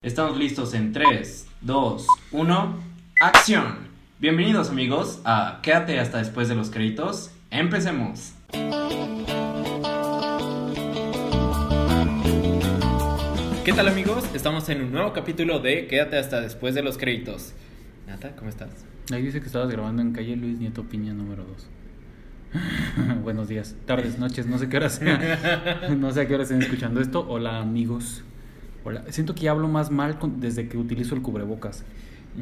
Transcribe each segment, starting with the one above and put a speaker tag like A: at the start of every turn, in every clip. A: Estamos listos en 3, 2, 1, acción. Bienvenidos amigos a Quédate hasta después de los créditos. Empecemos. ¿Qué tal amigos? Estamos en un nuevo capítulo de Quédate hasta después de los créditos. Nata, ¿cómo estás?
B: Ahí dice que estabas grabando en calle Luis Nieto Piña número 2. Buenos días, tardes, noches, no sé qué horas sea. no sé a qué hora estén escuchando esto. Hola amigos. Hola. Siento que ya hablo más mal con- desde que utilizo el cubrebocas.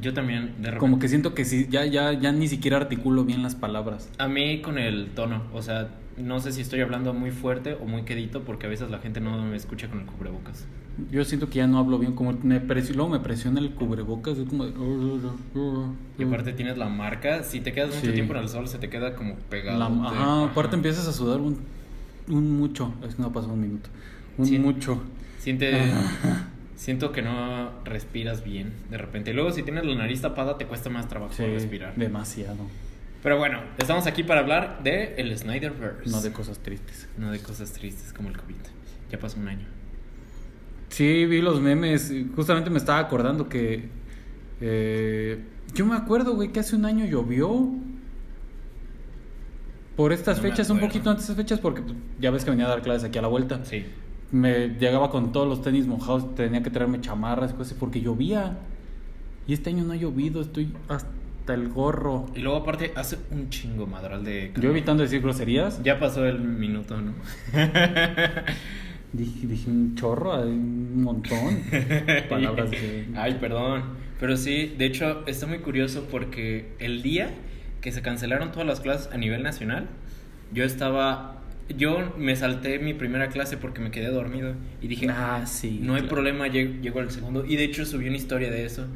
C: Yo también, de repente.
B: Como que siento que sí, ya, ya, ya ni siquiera articulo bien las palabras.
C: A mí con el tono, o sea, no sé si estoy hablando muy fuerte o muy quedito porque a veces la gente no me escucha con el cubrebocas.
B: Yo siento que ya no hablo bien, como me presi- luego me presiona el cubrebocas, es como... de-
C: Y aparte tienes la marca, si te quedas mucho
B: Mm. Sí.
C: tiempo en el sol se te queda como pegado.
B: La-
C: de-
B: ajá, aparte empiezas a sudar un, un mucho, es que no pasó un minuto, un
C: Sí.
B: mucho.
C: Siente, siento que no respiras bien de repente. Y luego si tienes la nariz tapada te cuesta más trabajo
B: Sí,
C: respirar.
B: demasiado,
C: Pero bueno, estamos aquí para hablar de el Snyderverse.
B: no de cosas tristes.
C: No de cosas tristes como el COVID. Ya pasó un año.
B: Sí, vi los memes. Justamente me estaba acordando que. eh, yo me acuerdo, güey, que hace un año llovió. Por estas
C: No me
B: fechas, un
C: acuerdo.
B: poquito antes de estas fechas, porque pues, ya ves que venía a dar clases aquí a la vuelta.
C: Sí.
B: Me llegaba con todos los tenis mojados, tenía que traerme chamarras y cosas, porque llovía. Y este año no ha llovido, estoy hasta el gorro.
C: Y luego aparte hace un chingo madral de...
B: Yo evitando decir groserías,
C: Ya pasó el minuto, ¿no?
B: dije, dije un chorro, ahí un montón. Palabras de.
C: Ay, perdón. Pero sí, de hecho, está muy curioso porque el día que se cancelaron todas las clases a nivel nacional, yo estaba... Yo me salté mi primera clase porque me quedé dormido y dije,
B: Ah, sí,
C: no hay
B: claro.
C: problema, lle- llego al segundo. Y de hecho subí una historia de eso,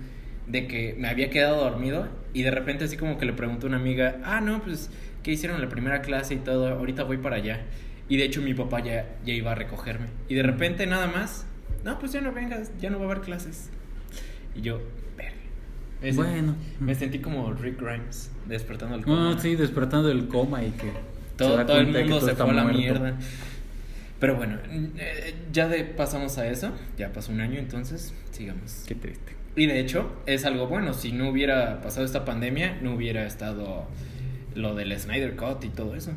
C: de que me había quedado dormido y de repente así como que le pregunté a una amiga, ah, no, pues, ¿qué hicieron en la primera clase y todo? Ahorita voy para allá. Y de hecho mi papá ya, ya iba a recogerme. Y de repente nada más, no, pues ya no vengas, ya no va a haber clases. Y yo, verga. Me sen-
B: Bueno.
C: Me sentí como Rick Grimes despertando al
B: No,
C: coma.
B: sí, despertando del coma y que se
C: Todo,
B: da
C: todo el
B: cuenta de que
C: mundo
B: todo
C: se
B: está
C: fue a la
B: muerto.
C: mierda. Pero bueno, eh, ya de, pasamos a eso. Ya pasó un año, entonces sigamos.
B: Qué triste.
C: Y de hecho, es algo bueno. Si no hubiera pasado esta pandemia, no hubiera estado lo del Snyder Cut y todo eso.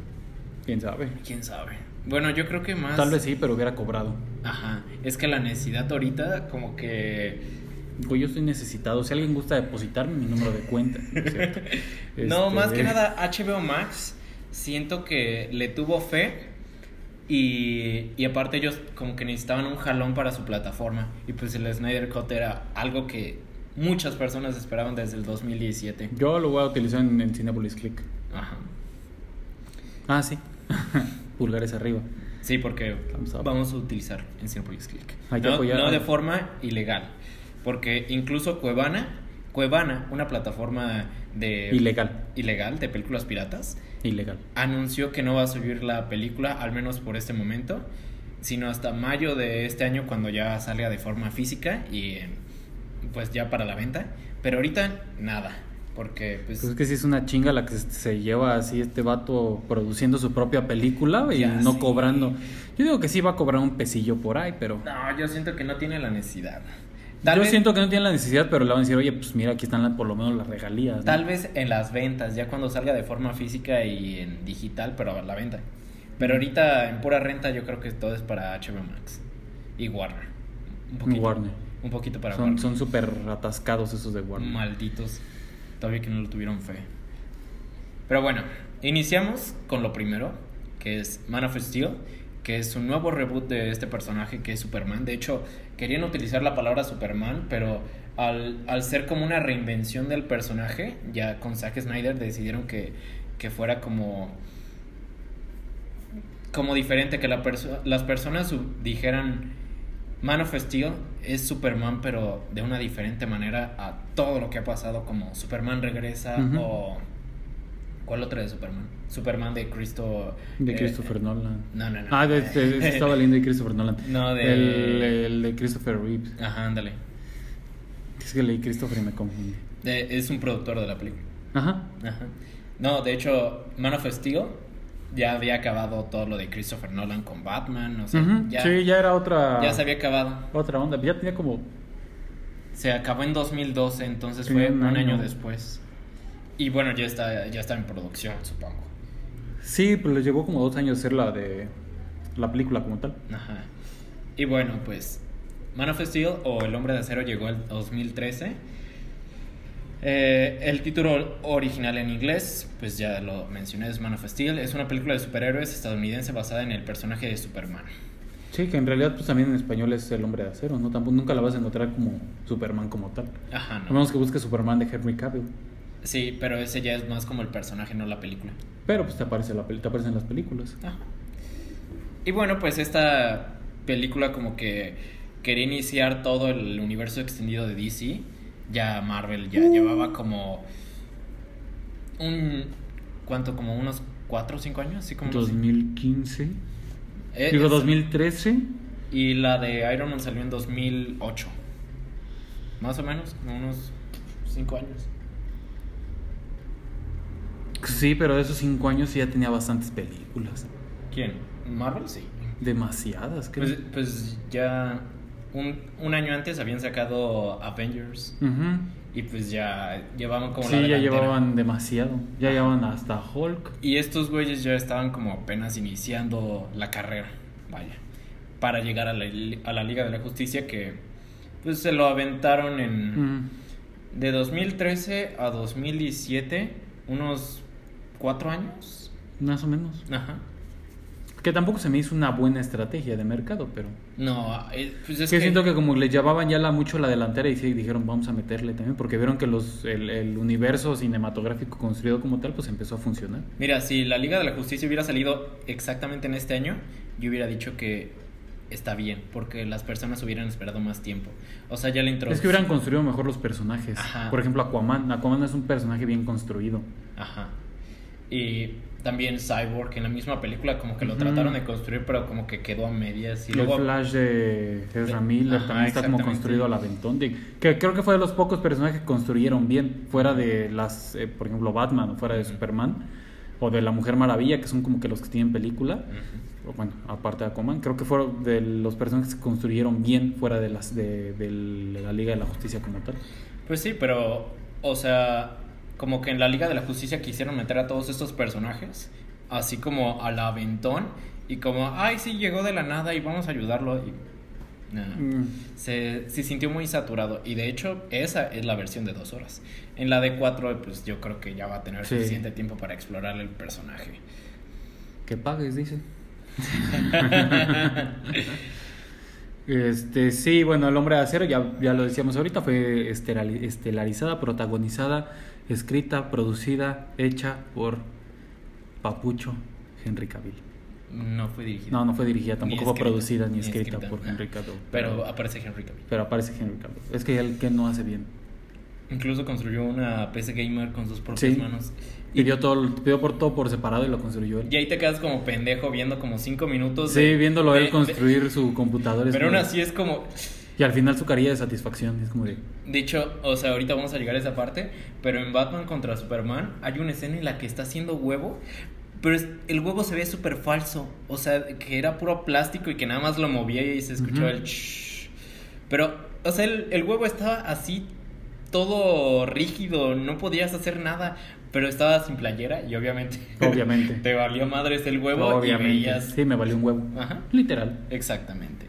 B: Quién sabe.
C: Quién sabe. Bueno, yo creo que más.
B: Tal vez sí, pero hubiera cobrado.
C: Ajá. Es que la necesidad ahorita, como que.
B: Güey, yo estoy necesitado. Si alguien gusta depositarme mi número de cuenta. ¿no es cierto?
C: No,
B: Este,
C: más que nada, HBO Max siento que le tuvo fe y, y aparte ellos como que necesitaban un jalón para su plataforma y pues el Snyder Cut era algo que muchas personas esperaban desde el 2017.
B: Yo lo voy a utilizar en, en Cinepolis Click.
C: Ajá.
B: Ah, sí. Pulgares arriba.
C: Sí, porque
B: Thumbs up.
C: vamos a utilizar en Cinepolis Click.
B: Hay que
C: no,
B: apoyar
C: no
B: a-
C: de forma ilegal, porque incluso Cuevana, Cuevana, una plataforma de
B: Ilegal.
C: ilegal de películas piratas,
B: Ilegal.
C: anunció que no va a subir la película, al menos por este momento, sino hasta mayo de este año cuando ya salga de forma física y eh, pues ya para la venta. Pero ahorita nada, porque pues...
B: Pues es que sí es una chinga la que se- se lleva así este vato produciendo su propia película y
C: Ya
B: no
C: sé.
B: cobrando. Yo digo que sí va a cobrar un pesillo por ahí, pero.
C: No, yo siento que no tiene la necesidad.
B: yo
C: vez-
B: siento que no tienen la necesidad, pero le van a decir, oye, pues mira, aquí están la- por lo menos las regalías. ¿no?
C: Tal vez en las ventas, ya cuando salga de forma física y en digital, pero a la venta. Pero ahorita en pura renta yo creo que todo es para HBO Max y Warner. Un poquito,
B: Warner.
C: Un poquito para
B: son
C: Warner.
B: son súper atascados esos de Warner.
C: Malditos. Todavía que no lo tuvieron fe. Pero bueno, iniciamos con lo primero, que es Man of Steel, que es un nuevo reboot de este personaje que es Superman. De hecho, querían utilizar la palabra Superman, pero al, al ser como una reinvención del personaje, ya con Zack Snyder decidieron que, que fuera como como diferente que la perso- las personas sub- dijeran Man of Steel es Superman pero de una diferente manera a todo lo que ha pasado como Superman regresa
B: Ujú.
C: o ¿cuál otra de Superman? Superman de Cristo
B: De
C: eh,
B: Christopher Nolan.
C: no, no, no.
B: Ah, de, de- de- estaba leyendo de Christopher Nolan.
C: No, de-
B: El, el de Christopher Reeves.
C: Ajá, ándale.
B: Es que leí Christopher y me confundí.
C: De- es un productor de la película.
B: Ajá.
C: Ajá. No, de hecho, Man of Steel ya había acabado todo lo de Christopher Nolan con Batman, o sea,
B: Ujú.
C: ya,
B: sí, ya era otra.
C: ya se había acabado.
B: Otra onda. Ya tenía como
C: Se acabó en 2012, entonces
B: Sí,
C: fue
B: un
C: un año.
B: año.
C: después. Y bueno, ya está, ya está en producción, supongo.
B: Sí, pues les llevó como dos años hacer la de la película como tal.
C: Ajá. Y bueno, pues Man of Steel o El Hombre de Acero llegó en 2013. Eh, el título original en inglés, pues ya lo mencioné, es Man of Steel. Es una película de superhéroes estadounidense basada en el personaje de Superman.
B: Sí, que en realidad pues también en español es el hombre de acero, ¿no? Tampoco nunca la vas a encontrar como Superman como tal.
C: Ajá,
B: A
C: no.
B: menos que busques Superman de Henry Cavill.
C: Sí, pero ese ya es más como el personaje, no la película.
B: Pero pues te aparece la peli- te aparecen las películas.
C: Ajá. Y bueno, pues esta película como que quería iniciar todo el universo extendido de DC. Ya Marvel ya llevaba como un ¿cuánto? como unos 4 o 5 años, así como unos-
B: 2015.
C: Eh,
B: Digo,
C: es-
B: 2013.
C: y la de Iron Man salió en 2008. Más o menos, como unos 5 años.
B: Sí, pero de esos cinco años sí ya tenía bastantes películas.
C: ¿Quién? Marvel sí.
B: Demasiadas, creo.
C: Pues, pues ya un, un año antes habían sacado Avengers.
B: Ujú.
C: Y pues ya llevaban como la
B: Sí, ya
C: delantera.
B: llevaban demasiado. Ya llevaban hasta Hulk.
C: Y estos güeyes ya estaban como apenas iniciando la carrera, vaya, para llegar a la, li- a la Liga de la Justicia que pues se lo aventaron en
B: Mm.
C: de 2013 a 2017, unos cuatro años.
B: Más o menos.
C: Ajá.
B: Que tampoco se me hizo una buena estrategia de mercado, pero.
C: No, eh, pues es
B: que,
C: que,
B: siento que como le llevaban ya la, mucho la delantera y sí dijeron vamos a meterle también, porque vieron que los, el, el universo cinematográfico construido como tal pues empezó a funcionar.
C: Mira, si la Liga de la Justicia hubiera salido exactamente en este año, yo hubiera dicho que está bien, porque las personas hubieran esperado más tiempo. O sea, ya le introdujeron.
B: Es que hubieran construido mejor los personajes.
C: Ajá.
B: Por ejemplo, Aquaman. Aquaman es un personaje bien construido.
C: Ajá. Y también Cyborg, en la misma película como que lo
B: Ujú.
C: trataron de construir, pero como que quedó a medias. Y
B: el
C: luego...
B: Flash de Ezra
C: de-
B: Miller
C: ajá,
B: también está como
C: exactamente.
B: construido al aventón. de- que creo que fue de los pocos personajes que construyeron bien, fuera de las, eh, por ejemplo, Batman o fuera de
C: Ujú.
B: Superman o de la Mujer Maravilla, que son como que los que tienen película.
C: Ujú.
B: O Bueno, aparte de Aquaman, creo que fueron de los personajes que construyeron bien fuera de las de, de la Liga de la Justicia como tal.
C: Pues sí, pero, o sea, como que en la Liga de la Justicia quisieron meter a todos estos personajes, así como al aventón, y como, ay, sí, llegó de la nada y vamos a ayudarlo. Y... no, no.
B: Mm,
C: Se, se sintió muy saturado y de hecho esa es la versión de dos horas. En la de cuatro pues yo creo que ya va a tener
B: Sí.
C: suficiente tiempo para explorar el personaje.
B: Que pagues, dice. Este, sí, bueno, El Hombre de Acero, ya, ya lo decíamos ahorita, fue esterali- estelarizada, protagonizada, escrita, producida, hecha por Papucho Henry Cavill.
C: No fue dirigido.
B: No, no fue dirigida, tampoco fue
C: escrita,
B: producida ni,
C: ni
B: escrita,
C: escrita,
B: por
C: ajá.
B: Henry Cavill.
C: Pero aparece Henry Cavill.
B: pero aparece Henry Cavill. Es que él que no hace bien.
C: Incluso construyó una PC Gamer con sus propias
B: Sí.
C: manos.
B: Pidió, todo, pidió por todo por separado y lo construyó él.
C: Y ahí te quedas como pendejo viendo como cinco minutos.
B: Sí,
C: de-
B: viéndolo
C: de-
B: él construir su computadora.
C: de-
B: es
C: pero aún
B: como-
C: así es como.
B: Y al final su carilla de satisfacción es como de...
C: De hecho, o sea, ahorita vamos a llegar a esa parte. Pero en Batman contra Superman hay una escena en la que está haciendo huevo. Pero es- el huevo se ve súper falso. O sea, que era puro plástico y que nada más lo movía y se escuchó
B: Ujú.
C: el. shhh. Pero, o sea, el, el huevo estaba así, todo rígido. No podías hacer nada. Pero estaba sin playera y obviamente.
B: Obviamente.
C: Te valió madres el huevo y veías.
B: Sí, me valió un huevo.
C: Ajá.
B: Literal.
C: Exactamente.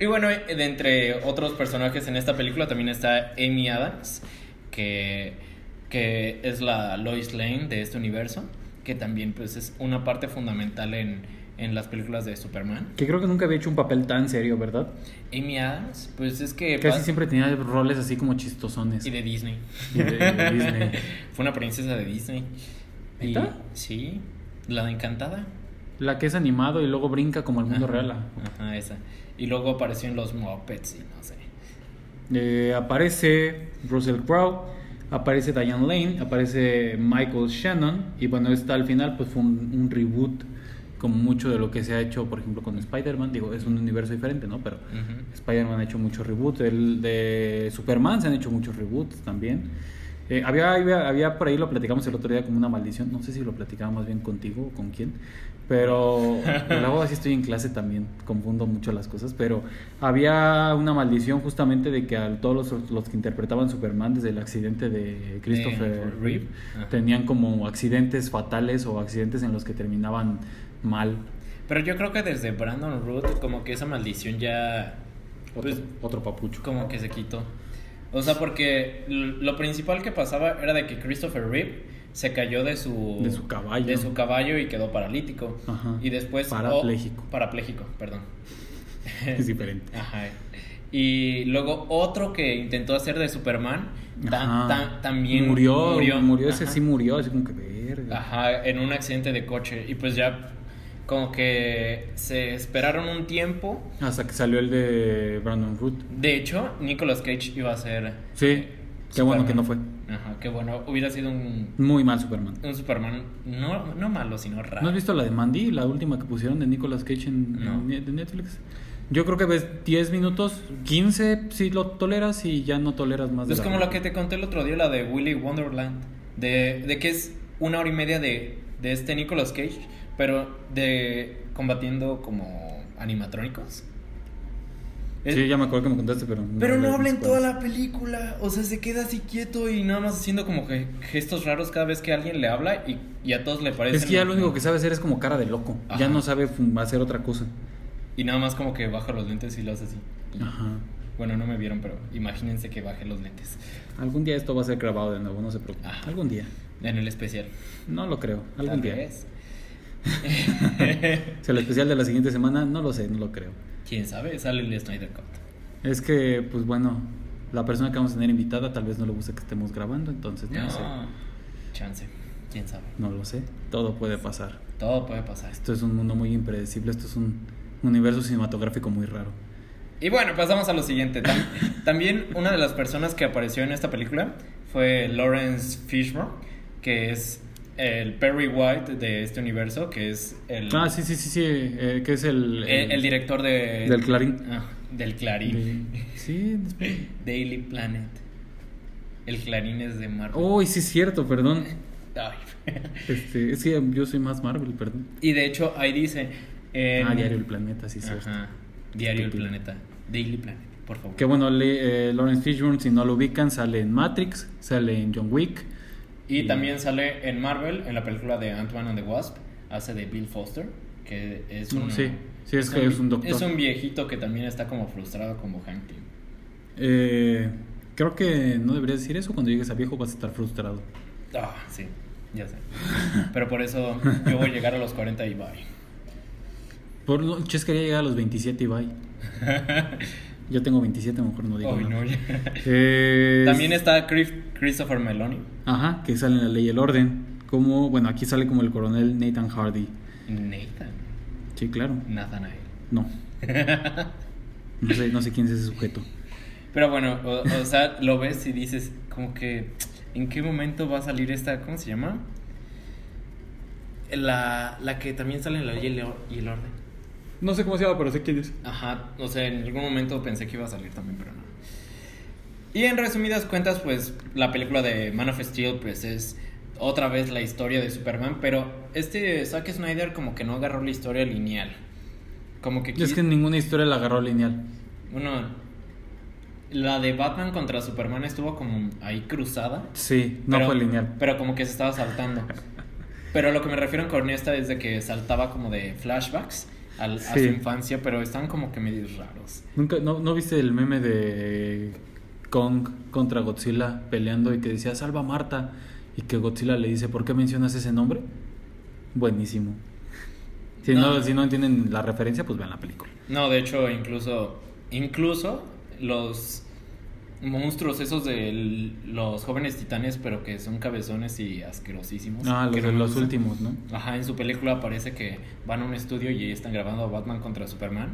C: Y bueno, eh, de entre otros personajes en esta película también está Amy Adams, que, que es la Lois Lane de este universo, que también pues, es una parte fundamental en, en las películas de Superman.
B: Que creo que nunca había hecho un papel tan serio, ¿verdad?
C: Amy Adams, pues es que...
B: Casi
C: va-
B: siempre tenía roles así como chistosones.
C: Y de Disney.
B: Y de- y de Disney.
C: Fue una princesa de Disney. Y-
B: ¿Neta?
C: sí, la de Encantada.
B: La que es animado y luego brinca como al mundo
C: Ajá,
B: real.
C: Ajá, esa. Y luego apareció en los Muppets y no sé.
B: Eh, aparece Russell Crowe, aparece Diane Lane, aparece Michael Shannon. Y bueno, esta al final pues fue un, un reboot como mucho de lo que se ha hecho, por ejemplo, con Spider-Man. Digo, es un universo diferente, ¿no? Pero
C: Ujú.
B: Spider-Man ha hecho muchos reboots, el de Superman se han hecho muchos reboots también. Eh, había, había, había por ahí, lo platicamos el otro día como una maldición. No sé si lo platicaba más bien contigo o con quién. Pero luego así estoy en clase también, confundo mucho las cosas. Pero había una maldición justamente de que a todos los, los que interpretaban Superman desde el accidente de Christopher
C: Eh, Reeve.
B: Reeve
C: Ajá.
B: tenían como accidentes fatales o accidentes en los que terminaban mal.
C: Pero yo creo que desde Brandon Root, como que esa maldición ya.
B: Otro,
C: Pues,
B: otro papucho.
C: como que se quitó. O sea, porque l- lo principal que pasaba era de que Christopher Reeve se cayó de su
B: De su caballo.
C: de su caballo y quedó paralítico.
B: Ajá.
C: Y después
B: Parapléjico.
C: o- parapléjico, perdón.
B: Es diferente.
C: Ajá. Y luego otro que intentó hacer de Superman tan-
B: Ajá.
C: tan- también
B: murió. Murió, ese
C: Ajá. Ah.
B: sí murió, así como que verga.
C: Ajá, en un accidente de coche y pues ya como que se esperaron un tiempo.
B: Hasta que salió el de Brandon Root.
C: De hecho, Nicolas Cage iba a ser
B: Sí, qué bueno
C: Superman.
B: que no fue.
C: Ajá, qué bueno. Hubiera sido un,
B: Muy mal Superman.
C: un Superman no, no malo, sino raro.
B: ¿No has visto la de Mandy, la última que pusieron de Nicolas Cage en,
C: No.
B: en ne- de Netflix? Yo creo que ves 10 minutos, 15 si lo toleras y ya no toleras más. de
C: Es
B: la
C: como lo que
B: película.
C: te conté el otro día, la de Willy Wonderland. De, de que es una hora y media de, de este Nicolas Cage, pero de combatiendo como animatrónicos. Es-
B: Sí, ya me acuerdo que me contaste, pero...
C: Pero no
B: me
C: habla en
B: acuerdo.
C: toda la película. O sea, se queda así quieto y nada más haciendo como que gestos raros cada vez que alguien le habla y, y a todos le parece.
B: Es que ya lo único que sabe hacer es como cara de loco.
C: Ajá.
B: Ya no sabe fun- hacer otra cosa.
C: Y nada más como que baja los lentes y lo hace así.
B: Ajá.
C: Bueno, no me vieron, pero imagínense que baje los lentes
B: Algún día esto va a ser grabado de nuevo, no se preocupe.
C: Ajá.
B: Algún día.
C: en el especial.
B: No lo creo.
C: Tal
B: Algún día.
C: vez.
B: Si el especial de la siguiente semana, no lo sé, no lo creo.
C: ¿Quién sabe? Sale el Snyder Cut.
B: Es que, pues bueno, la persona que vamos a tener invitada tal vez no le guste que estemos grabando, entonces Pues no, sé.
C: Chance. ¿Quién sabe?
B: No lo sé. Todo puede pasar.
C: Todo puede pasar.
B: Esto es un mundo muy impredecible, esto es un universo cinematográfico muy raro.
C: Y bueno, pasamos a lo siguiente. Tam- También una de las personas que apareció en esta película fue Lawrence Fishburne, que es el Perry White de este universo, que es el,
B: Ah, sí, sí, sí, sí, eh, que es el...
C: el, el director de...
B: Del Clarín.
C: Ah, del Clarín.
B: de- Sí, después-
C: Daily Planet. El Clarín es de Marvel.
B: Uy, sí es cierto, perdón.
C: Ay.
B: Este, es que yo soy más Marvel, perdón.
C: Y de hecho ahí dice... en-
B: Ah, Diario El Planeta, sí es cierto.
C: Ajá. Diario El
B: Estúpido.
C: Planeta. Daily Planet, por favor.
B: Que bueno, le- eh, Lawrence Fishburne, si no lo ubican, sale en Matrix, sale en John Wick.
C: Y también sale en Marvel, en la película de Ant-Man and the Wasp, hace de Bill Foster, que es un...
B: Mm, Sí, sí, es que es un doctor.
C: Es un viejito que también está como frustrado como Hank Pym.
B: Eh, creo que no deberías decir eso. Cuando llegues a viejo vas a estar frustrado.
C: Ah, sí, ya sé. Pero por eso yo voy a llegar a los 40 y bye.
B: Por lo ches, quería llegar a los 27 y bye. Yo tengo 27, mejor no digo
C: Ay,
B: nada.
C: no, ya.
B: Eh,
C: También está Chris- Christopher Meloni.
B: Ajá, que sale en la ley y el orden. Como, bueno, aquí sale como el coronel Nathan Hardy.
C: Nathan.
B: Sí, claro.
C: Nathanael.
B: No. No sé, no sé quién es ese sujeto.
C: Pero bueno, o, o sea, lo ves y dices como que ¿en qué momento va a salir esta cómo se llama? La, la que también sale en la ley y el or- y el orden.
B: No sé cómo se llama, pero sé quién es.
C: Ajá, o sea, en algún momento pensé que iba a salir también, pero no. Y en resumidas cuentas, pues la película de Man of Steel pues es otra vez la historia de Superman, pero este Zack Snyder como que no agarró la historia lineal. Como que
B: Es
C: quis-
B: que ninguna historia la agarró lineal.
C: Bueno, la de Batman contra Superman estuvo como ahí cruzada.
B: Sí, no
C: pero-
B: fue lineal.
C: Pero como que se estaba saltando. Pero lo que me refiero con esta es de que saltaba como de flashbacks al- a su
B: Sí.
C: infancia, pero están como que medios raros.
B: Nunca, no, ¿No viste el meme de Kong contra Godzilla peleando y que decía salva a Marta? Y que Godzilla le dice, ¿por qué mencionas ese nombre? Buenísimo. Si no,
C: No.
B: si no entienden la referencia, pues vean la película.
C: No, de hecho, incluso, incluso los monstruos esos de los jóvenes titanes, pero que son cabezones y asquerosísimos.
B: Ah,
C: Pues, que no
B: los, de
C: me
B: los
C: gustan.
B: últimos, ¿no?
C: Ajá, en su película parece que van a un estudio y ahí están grabando a Batman contra Superman.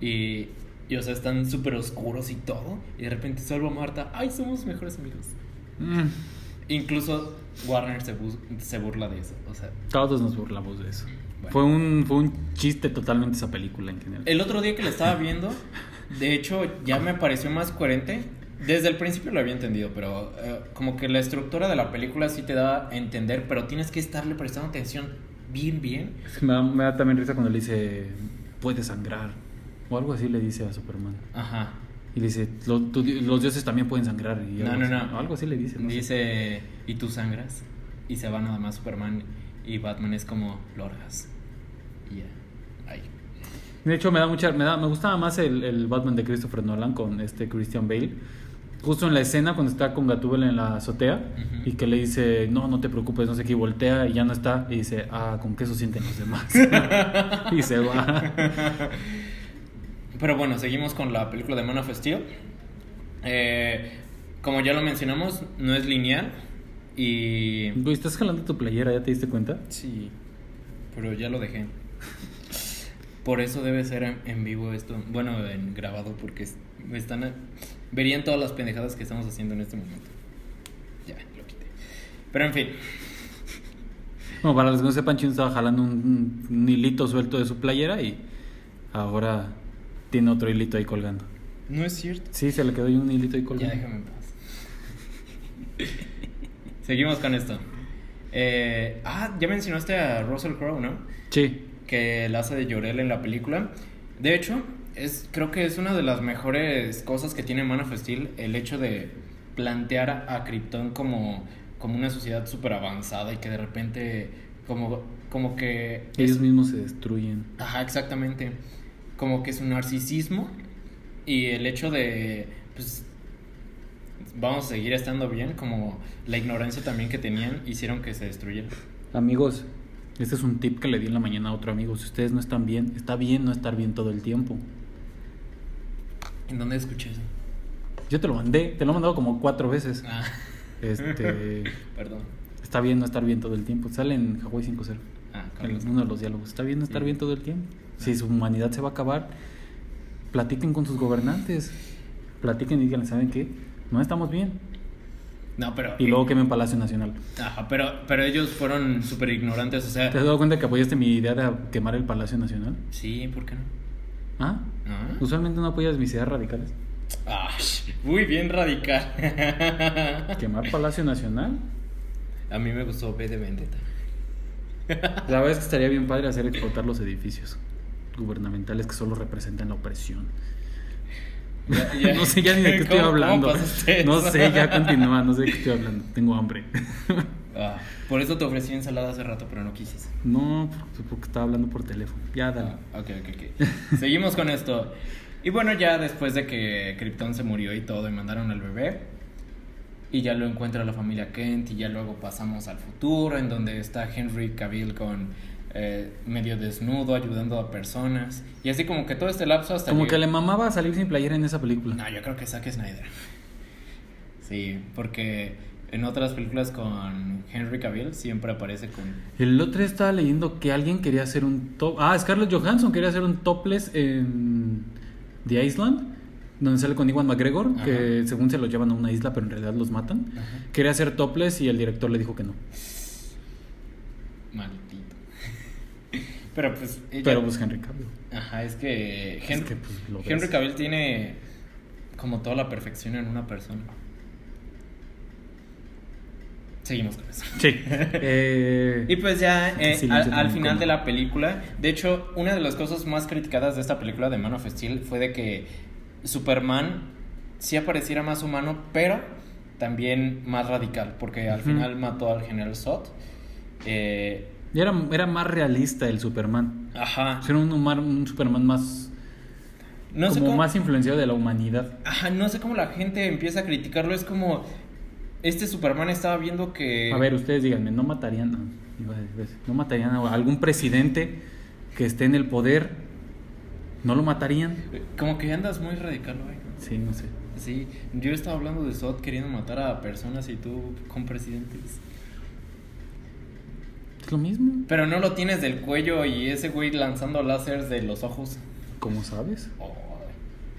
C: Y, y, o sea, están súper oscuros y todo. Y de repente salvo a Marta. ¡Ay, somos mejores amigos!
B: Mm,
C: Incluso Warner se, bus- se burla de eso. O sea,
B: todos nos burlamos de eso.
C: Bueno.
B: Fue, un, fue un chiste totalmente esa película en general.
C: el otro día que la estaba viendo, de hecho, ya me pareció más coherente Desde el principio lo había entendido, pero eh, como que la estructura de la película sí te da a entender, pero tienes que estarle prestando atención bien, bien.
B: Me da, me da también risa cuando le dice, puede sangrar. O algo así le dice a Superman.
C: Ajá.
B: Y le dice, "Lo- tu di- los dioses también pueden sangrar. y
C: No,
B: algo
C: no,
B: así.
C: no.
B: Algo así le dice. no sé.
C: Dice, ¿y tú sangras? Y se va nada más Superman y Batman es como Lorgas. Y ya, ahí.
B: De hecho, me da mucha, me da, me gustaba más el, el Batman de Christopher Nolan con este Christian Bale. Justo en la escena cuando está con Gatúbel en la azotea
C: Ujú.
B: y que le dice, no, no te preocupes, no sé qué, y voltea y ya no está. Y dice, ah, ¿con qué eso sienten los demás? y se va.
C: Pero bueno, seguimos con la película de Man of Steel. Eh, como ya lo mencionamos, no es lineal y...
B: Güey, estás jalando tu playera, ¿ya te diste cuenta?
C: Sí, pero ya lo dejé. Por eso debe ser en, en vivo esto, bueno, en grabado, porque es- están a- verían todas las pendejadas que estamos haciendo en este momento. Ya, lo quité. Pero en fin,
B: No, para los que no sepan, Chin estaba jalando un, un hilito suelto de su playera y ahora tiene otro hilito ahí colgando.
C: no es cierto.
B: Sí, se le quedó ahí un hilito ahí
C: Ya
B: colgando.
C: déjame en paz. Seguimos con esto. Eh, ah, ya mencionaste a Russell Crowe, ¿no?
B: Sí,
C: que la hace de Llorel en la película. De hecho, es, creo que es una de las mejores cosas que tiene Man of Steel el hecho de plantear a, a Krypton como, como una sociedad súper avanzada y que de repente como, como que...
B: ellos mismos se destruyen.
C: Ajá, exactamente. Como que es un narcisismo y el hecho de, pues, vamos a seguir estando bien, como la ignorancia también que tenían hicieron que se destruyeran.
B: Amigos, este es un tip que le di en la mañana a otro amigo. Si ustedes no están bien, está bien no estar bien todo el tiempo.
C: ¿En dónde escuché eso?
B: Yo te lo mandé, te lo he mandado como cuatro veces.
C: Ah,
B: Este,
C: perdón.
B: está bien no estar bien todo el tiempo. Sale en Hawaii 5.0,
C: Ah,
B: en uno de los diálogos. Está bien no estar bien todo el tiempo. Si su humanidad se va a acabar, platiquen con sus gobernantes. Platiquen y díganle, ¿saben qué? No estamos bien.
C: No, pero.
B: Y luego quemen Palacio Nacional.
C: Ajá, pero, pero ellos fueron súper ignorantes, o
B: ¿Te has
C: sea.
B: dado cuenta que apoyaste mi idea de quemar el Palacio Nacional?
C: Sí, ¿por qué no?
B: ¿Ah?
C: Ah.
B: Usualmente no apoyas mis ideas radicales.
C: Ah, muy bien radical.
B: ¿Quemar Palacio Nacional?
C: A mí me gustó B de Vendetta.
B: La verdad es que estaría bien padre hacer explotar los edificios gubernamentales que solo representan la opresión.
C: Ya- ya-
B: No sé ya ni de qué estoy
C: ¿Cómo-
B: hablando.
C: cómo pasaste
B: no
C: eso?
B: sé, ya continúa, no sé de qué estoy hablando. Tengo hambre.
C: Ah, por eso te ofrecí ensalada hace rato, pero no quisiste.
B: No, por- porque estaba hablando por teléfono. Ya, dale.
C: Ah, ok, ok, ok. Seguimos con esto. Y bueno, ya después de que Krypton se murió y todo, y mandaron al bebé. Y ya lo encuentra la familia Kent. Y ya luego pasamos al futuro, en donde está Henry Cavill con eh, medio desnudo, ayudando a personas. Y así como que todo este lapso hasta.
B: Como
C: lleg-
B: que le mamaba salir sin playera en esa película.
C: No, yo creo que Zack Snyder. Sí, porque en otras películas con Henry Cavill siempre aparece con.
B: El otro día estaba leyendo que alguien quería hacer un top. Ah, Scarlett Johansson quería hacer un topless en The Island, donde sale con Iwan McGregor,
C: Ajá.
B: que según se los llevan a una isla, pero en realidad los matan.
C: Ajá.
B: Quería hacer topless y el director le dijo que no.
C: Maldito. Pero pues. ella-
B: Pero pues Henry Cavill.
C: Ajá, es que, Hen-
B: Es que, pues, lo
C: Henry
B: ves.
C: Cavill tiene como toda la perfección en una persona. Seguimos con eso.
B: Sí. Eh,
C: Y pues ya eh,
B: Sí,
C: al, al
B: yo también
C: final
B: como.
C: de la película, de hecho, una de las cosas más criticadas de esta película de Man of Steel fue de que Superman sí apareciera más humano, pero también más radical, porque al
B: Ujú.
C: final mató al general Zod. Eh,
B: y era, era más realista el Superman.
C: ajá.
B: Era un, humar- un Superman más.
C: Ah. No sé
B: como
C: cómo-
B: más influenciado de la humanidad.
C: Ajá, no sé cómo la gente empieza a criticarlo. Es como. Este Superman estaba viendo que.
B: A ver, ustedes díganme, ¿no matarían a, iba a decir, ¿no matarían a algún presidente que esté en el poder? ¿No lo matarían?
C: Como que andas muy radical, güey.
B: Sí, no sé.
C: Sí, yo estaba hablando de Zod queriendo matar a personas y tú con presidentes.
B: Es lo mismo.
C: Pero no lo tienes del cuello y ese güey lanzando láseres de los ojos.
B: ¿Cómo sabes?
C: Oh,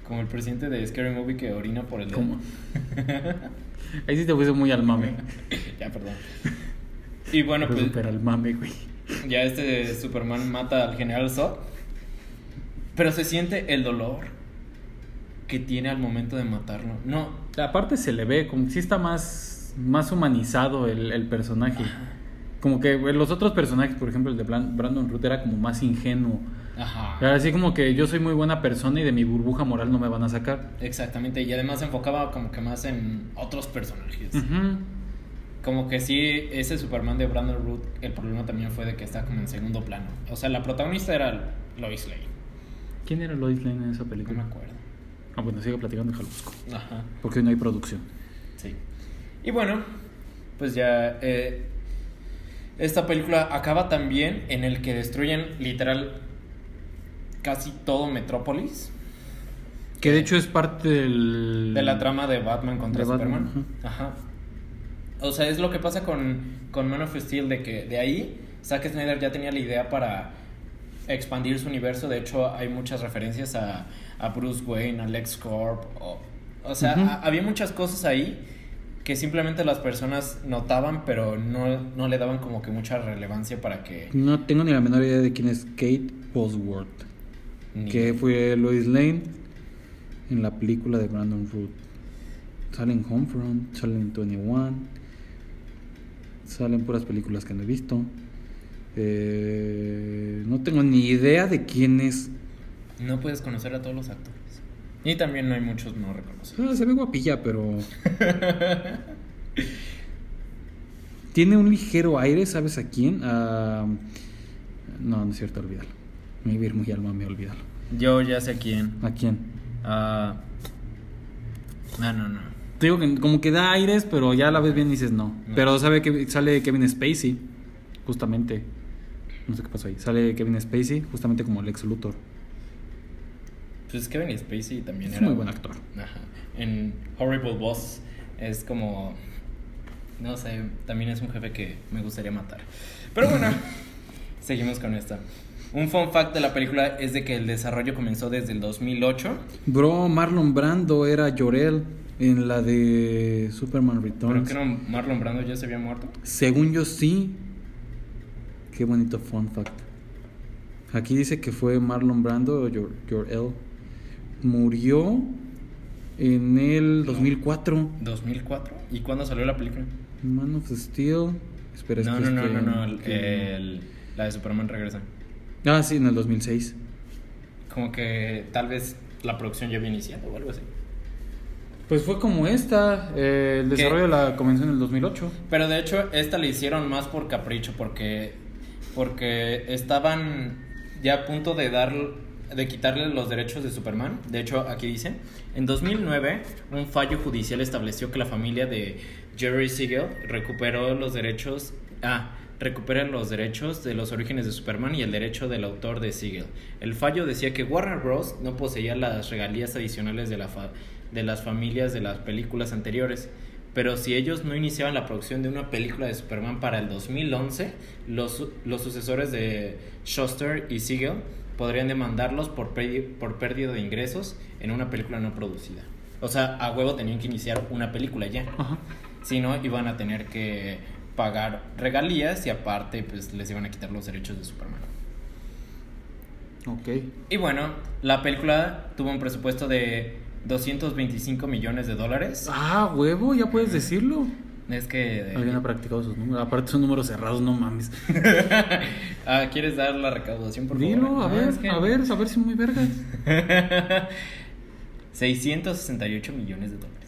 C: como el presidente de Scary Movie que orina por el dedo.
B: ¿Cómo? Ahí sí te fuiste muy al mame.
C: ya, perdón. Y bueno,
B: Pero
C: pues
B: súper al mame, güey.
C: ya este Superman mata al general Zod. Pero se siente el dolor que tiene al momento de matarlo. No,
B: Aparte se le ve, como que sí está más, más humanizado el, el personaje. Como que güey, los otros personajes, por ejemplo, el de Blan- Brandon Root era como más ingenuo. Era
C: ajá.
B: así como que yo soy muy buena persona y de mi burbuja moral no me van a sacar.
C: Exactamente, y además se enfocaba como que más en otros personajes.
B: Ujú.
C: Como que sí, ese Superman de Brandon Root, el problema también fue de que está como en segundo plano. O sea, la protagonista era Lois Lane.
B: ¿Quién era Lois Lane en esa
C: No me
B: película?
C: acuerdo.
B: Ah, bueno, sigo platicando, déjalo busco.
C: Ajá.
B: Porque hoy no hay producción.
C: Sí. Y bueno, pues ya. eh, esta película acaba también en el que destruyen literal casi todo Metrópolis.
B: Que de hecho es parte del...
C: Eh. De la trama de Batman contra
B: De Batman,
C: Superman. Ajá. O sea, es lo que pasa con, con Man of Steel, de que de ahí Zack Snyder ya tenía la idea para expandir su universo. De hecho, hay muchas referencias a, a Bruce Wayne, a Lex Corp. O, o sea,
B: Ujú.
C: a- había muchas cosas ahí que simplemente las personas notaban, pero no, no le daban como que mucha relevancia para que...
B: No tengo ni la menor idea de quién es Kate Bosworth.
C: ni-
B: que fue Lois Lane en la película de Brandon Root. Salen Homefront, salen 21, salen puras películas que no he visto. Eh, no tengo ni idea de quién es.
C: No puedes conocer a todos los actores. Y también no hay muchos no reconocidos.
B: Ah, se ve guapilla, pero. Tiene un ligero aire, ¿sabes a quién? A- No, no es cierto, olvídalo. Me iba a ir muy al mame, olvídalo.
C: Yo ya sé quién.
B: ¿A quién?
C: Ah. No, no, no.
B: Te digo que como que da aires, pero ya la ves bien y dices no.
C: No.
B: Pero sabe que sale Kevin Spacey, justamente. No sé qué pasó ahí. Sale Kevin Spacey, justamente como Lex Luthor.
C: Pues Kevin Spacey también
B: Es
C: era.
B: muy buen actor.
C: Ajá. En Horrible Boss es como. No sé, también es un jefe que me gustaría matar. Pero bueno, seguimos con esta. Un fun fact de la película es de que el desarrollo comenzó desde el 2008.
B: Bro, Marlon Brando era Llorel en la de Superman
C: Pero
B: Returns.
C: que no, Marlon Brando ya se había muerto.
B: Según yo sí. Qué bonito fun fact. Aquí dice que fue Marlon Brando o Jor- Jor-El. Murió en el 2004.
C: 2004. ¿Y cuándo salió la película?
B: Man of Steel. Espera, es
C: no,
B: que
C: no, no,
B: este-
C: no, no, el-
B: que-
C: el- la de Superman regresa.
B: Ah, sí, en el 2006.
C: Como que tal vez la producción ya había iniciado o algo así.
B: Pues fue como esta. eh, el
C: ¿Qué?
B: desarrollo la comenzó en el 2008.
C: Pero de hecho, esta le hicieron más por capricho, porque, porque estaban ya a punto de dar de quitarle los derechos de Superman. De hecho, aquí dice, en 2009, un fallo judicial estableció que la familia de Jerry Siegel recuperó los derechos... Ah, recuperan los derechos de los orígenes de Superman y el derecho del autor de Siegel. El fallo decía que Warner Bros. no poseía las regalías adicionales de, la fa- de las familias de las películas anteriores. Pero si ellos no iniciaban la producción de una película de Superman para el 2011, los, su- los sucesores de Shuster y Siegel podrían demandarlos por, perdi- por pérdida de ingresos en una película no producida. O sea, a huevo tenían que iniciar una película ya
B: Ajá.
C: si no iban a tener que pagar regalías y aparte pues les iban a quitar los derechos de Superman.
B: Ok.
C: Y bueno, la película tuvo un presupuesto de 225 millones de dólares.
B: Ah, huevo, ya puedes decirlo.
C: Es que... eh,
B: Alguien ha practicado sus números. Aparte son números cerrados, no mames.
C: ah, ¿Quieres dar la recaudación por
B: Dilo,
C: favor?
B: a
C: No,
B: ver,
C: es que-
B: a ver, a ver si muy vergas.
C: 668 millones de dólares.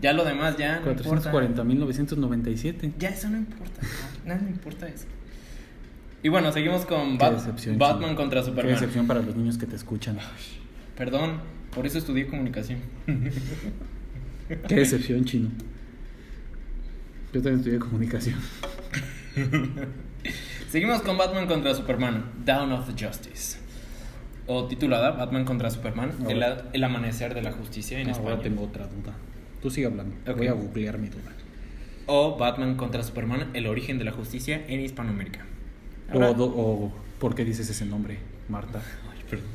C: Ya lo demás ya... no importa.
B: 440.997.
C: Ya eso no importa. No, no me importa eso. Y bueno, seguimos con
B: Qué
C: Bat-
B: decepción,
C: Batman
B: chingada.
C: contra
B: Qué
C: Superman.
B: decepción para los niños que te escuchan.
C: Perdón, por eso estudié comunicación.
B: Qué decepción, chino. Yo también estudié comunicación.
C: Seguimos con Batman contra Superman, Down of the Justice. O titulada Batman contra Superman, el,
B: Ahora-
C: el amanecer de la justicia en
B: Ahora
C: español.
B: Ah, tengo otra duda. Tú sigue hablando.
C: Ok.
B: Voy a googlear mi duda.
C: O Batman contra Superman, el origen de la justicia en Hispanoamérica.
B: O,
C: Ahora-
B: do- o ¿por qué dices ese nombre, Marta?
C: Ay, perdón.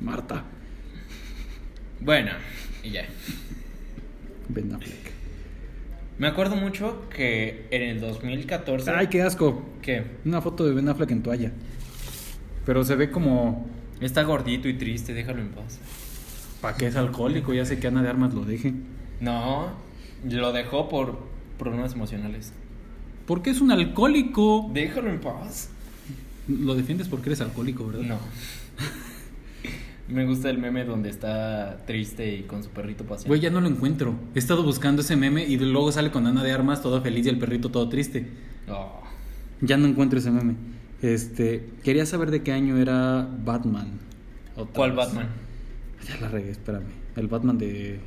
B: Marta.
C: Bueno, y ya.
B: Ben Affleck.
C: Me acuerdo mucho que en el 2014...
B: Ay, qué asco.
C: ¿Qué?
B: Una foto de Ben Affleck en toalla. Pero se ve como
C: Está gordito y triste, déjalo en paz.
B: ¿Para qué es alcohólico? Ya sé que Ana de Armas lo deje.
C: No, lo dejó por problemas emocionales.
B: Porque es un alcohólico.
C: Déjalo en paz.
B: Lo defiendes porque eres alcohólico, ¿verdad?
C: No. Me gusta el meme donde está triste y con su perrito paseando.
B: Güey, ya no lo encuentro. He estado buscando ese meme y luego sale con Ana de Armas toda feliz y el perrito todo triste.
C: Oh,
B: Ya no encuentro ese meme. Este, quería saber de qué año era Batman. Otra
C: ¿Cuál
B: vez. Ah,
C: Batman?
B: Ya la regué, espérame. El Batman de.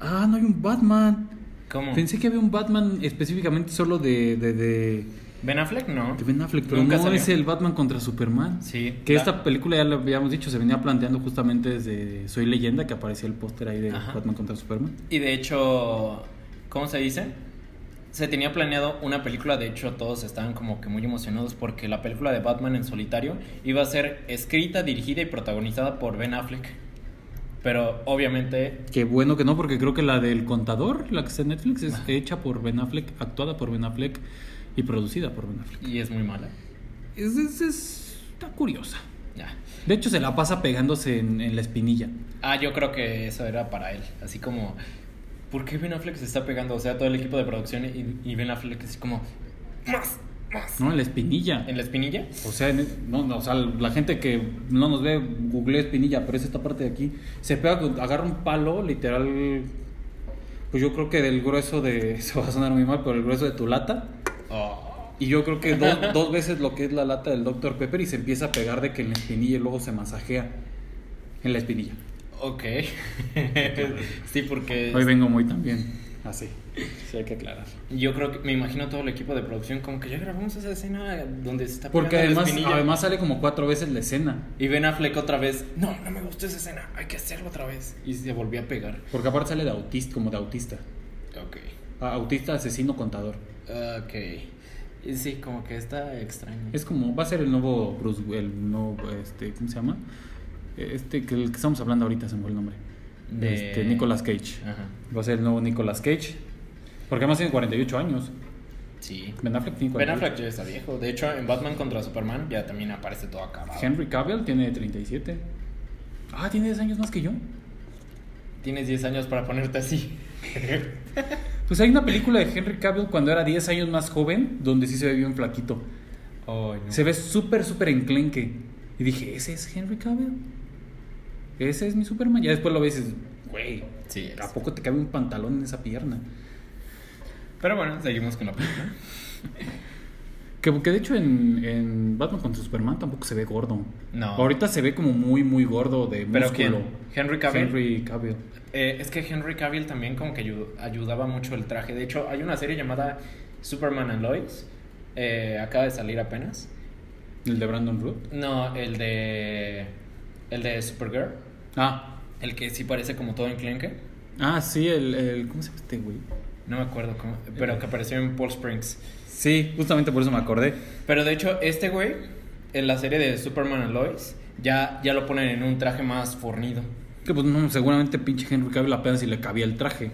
B: Ah, no hay un Batman.
C: ¿Cómo?
B: Pensé que había un Batman específicamente solo de. de, de,
C: Ben Affleck, no.
B: de Ben Affleck, pero
C: Nunca
B: no
C: salió.
B: es el Batman contra Superman.
C: Sí.
B: Que
C: la-
B: esta película ya lo habíamos dicho, se venía planteando justamente desde Soy Leyenda, que aparecía el póster ahí de
C: Ajá.
B: Batman contra Superman.
C: Y de hecho, ¿cómo se dice? Se tenía planeado una película, de hecho todos estaban como que muy emocionados porque la película de Batman en solitario iba a ser escrita, dirigida y protagonizada por Ben Affleck. Pero obviamente,
B: Qué bueno que no, porque creo que la del contador, la que está en Netflix, es hecha por Ben Affleck, actuada por Ben Affleck y producida por Ben Affleck.
C: y es muy mala.
B: Es, es- es- está curiosa.
C: Ya.
B: De hecho, se la pasa pegándose en, en la espinilla.
C: Ah, yo creo que eso era para él. Así como, ¿por qué Ben Affleck se está pegando? O sea, todo el equipo de producción y, y Ben Affleck así como, más, más.
B: No, en la espinilla.
C: ¿En la espinilla?
B: O sea, en- no, no, o sea, la gente que no nos ve, google espinilla, pero es esta parte de aquí. Se pega, con- agarra un palo, literal. Pues yo creo que del grueso de. Se va a sonar muy mal, pero el grueso de tu lata.
C: Oh.
B: Y yo creo que dos, dos veces lo que es la lata del Dr. Pepper y se empieza a pegar de que en la espinilla y luego se masajea en la espinilla.
C: Ok. sí, porque...
B: Hoy vengo muy también. Así. Sí, hay que aclarar.
C: Yo creo que me imagino todo el equipo de producción como que ya grabamos esa escena donde se está
B: Porque
C: pegando la
B: además,
C: espinilla.
B: además sale como cuatro veces la escena.
C: y Ben Affleck otra vez, no, no me gustó esa escena, hay que hacerlo otra vez y se volvió a pegar.
B: Porque aparte sale de autista, como de autista.
C: Ok.
B: Ah, Autista, asesino, contador.
C: Ok. Y Sí, como que está extraño.
B: Es como, va a ser el nuevo Bruce, el nuevo, este, ¿cómo se llama? Este, que el que estamos hablando ahorita se me fue el nombre.
C: De- Ah.
B: Este, Nicolas Cage.
C: Ajá.
B: Va a ser el nuevo Nicolas Cage. Porque además tiene 48 años.
C: Sí.
B: Ben Affleck tiene
C: Ben
B: 48.
C: Affleck ya está viejo. De hecho, en Batman contra Superman ya también aparece todo acabado.
B: Henry Cavill tiene 37. Ah, tiene 10 años más que yo.
C: Tienes 10 años para ponerte así.
B: Pues hay una película de Henry Cavill cuando era 10 años más joven, donde sí se ve bien flaquito.
C: Oh, no.
B: Se ve súper, súper enclenque. Y dije, ¿ese es Henry Cavill? ¿Ese es mi Superman? Ya después lo ves y dices, güey,
C: Sí, es.
B: ¿a poco te cabe un pantalón en esa pierna?
C: Pero bueno, seguimos con la película.
B: Que, que de hecho en, en Batman contra Superman tampoco se ve gordo.
C: No.
B: Ahorita se ve como muy, muy gordo de
C: ¿Pero
B: músculo.
C: quién? ¿Henry Cavill?
B: Henry Cavill.
C: Eh, es que Henry Cavill también como que ayu- ayudaba mucho el traje. De hecho, hay una serie llamada Superman and Lois. eh, acaba de salir apenas.
B: ¿El de Brandon Root?
C: No, el de... El de Supergirl.
B: Ah,
C: El que sí parece como todo enclenque.
B: ah sí, el, el... ¿Cómo se llama este güey?
C: No me acuerdo cómo... Pero que apareció en Paul Springs.
B: Sí, justamente por eso me acordé.
C: Pero de hecho, este güey, en la serie de Superman and Lois, ya, ya lo ponen en un traje más fornido.
B: Que pues no, seguramente pinche Henry Cavill apenas si le cabía el traje.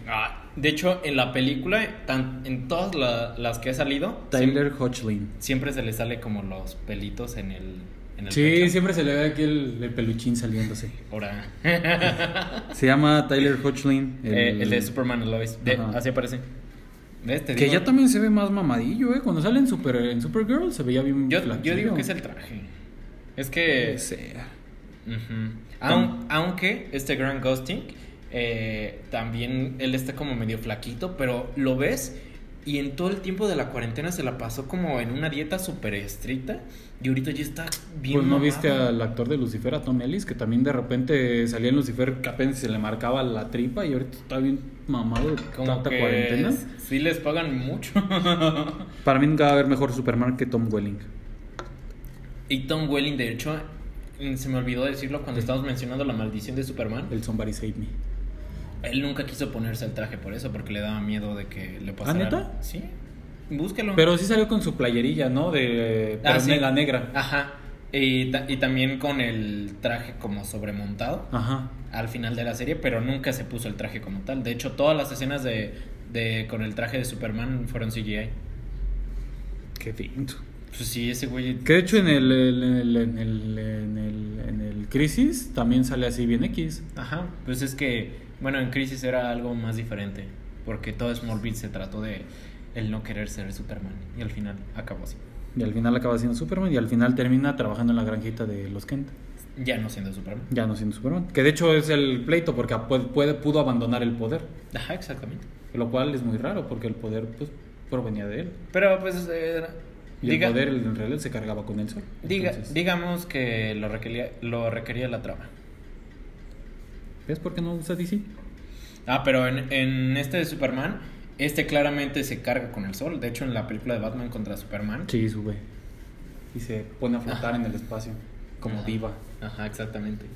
C: De hecho, en la película, tan- en todas la- las que ha salido...
B: Tyler Hoechlin.
C: Siempre se le sale como los pelitos en el, en el
B: Sí,
C: pecho.
B: siempre se le ve aquí el, el peluchín saliéndose.
C: Ahora.
B: Se llama Tyler Hoechlin.
C: El, Eh, el de Superman and Lois. De-
B: Ajá.
C: así aparece. ¿Ves? Te
B: Que
C: digo-
B: ya también se ve más mamadillo, ¿eh? Cuando sale en, Super, en Supergirl se veía bien
C: Yo, yo
B: flaquillo.
C: digo que es el traje. Es que.
B: Puede ser.
C: Ujú. Aun- aunque este Grand Ghosting eh, también él está como medio flaquito, pero lo ves y en todo el tiempo de la cuarentena se la pasó como en una dieta súper estricta y ahorita ya está bien.
B: Pues no
C: mamado.
B: viste al actor de Lucifer, a Tom Ellis, que también de repente salía en Lucifer, que apenas se le marcaba la tripa y ahorita está bien mamado de
C: Como
B: tanta
C: que
B: cuarentena.
C: sí les pagan mucho.
B: Para mí nunca va a haber mejor Superman que Tom Welling.
C: Y Tom Welling, de hecho, mm, se me olvidó decirlo cuando estábamos mencionando la maldición de Superman.
B: El Somebody Save Me.
C: Él nunca quiso ponerse el traje por eso, porque le daba miedo de que le pasara.
B: ¿Ah, neta?
C: Sí. Búsquelo.
B: Pero sí salió con su playerilla, ¿no? De
C: Ah,
B: pero
C: sí.
B: ne- la negra.
C: Ajá. Y, ta- y también con el traje como sobremontado
B: Ajá.
C: al final de la serie, pero nunca se puso el traje como tal. De hecho, todas las escenas de, de- con el traje de Superman fueron CGI.
B: Qué finto.
C: Pues sí, ese güey.
B: Que de hecho en el, el- el- en el, en el- en el Crisis también sale así bien X.
C: Ajá, pues es que, bueno, en Crisis era algo más diferente, porque todo Smallville se trató de el no querer ser Superman, y al final acabó así,
B: Y al final acaba siendo Superman y al final termina trabajando en la granjita de los Kent.
C: ya no siendo Superman.
B: Ya no siendo Superman. Que de hecho es el pleito porque puede, puede- pudo abandonar el poder.
C: Ajá, exactamente.
B: Lo cual es muy raro porque el poder pues provenía de él.
C: Pero pues, eh,
B: Y
C: diga-
B: el poder en realidad se cargaba con el sol.
C: diga-
B: Entonces,
C: digamos que lo requería, lo requería la trama.
B: ¿Ves por qué no usa DC?
C: Ah, pero en, en este de Superman, este claramente se carga con el sol. De hecho, en la película de Batman contra Superman.
B: Sí, sube. Y se pone a flotar en el espacio. Como
C: Ajá.
B: diva.
C: Ajá, exactamente.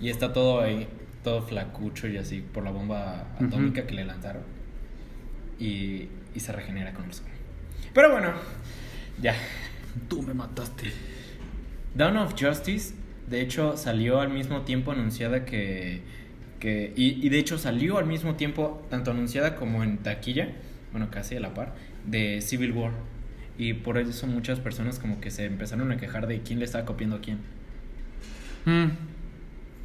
C: Y está todo ahí, todo flacucho y así por la bomba
B: Ujú.
C: atómica que le lanzaron. Y, y se regenera con el sol. Pero bueno, ya.
B: Tú me mataste.
C: Dawn of Justice, de hecho, salió al mismo tiempo anunciada que... que y, y de hecho salió al mismo tiempo, tanto anunciada como en taquilla, bueno, casi a la par, de Civil War. Y por eso muchas personas como que se empezaron a quejar de quién le estaba copiando a quién.
B: Mm.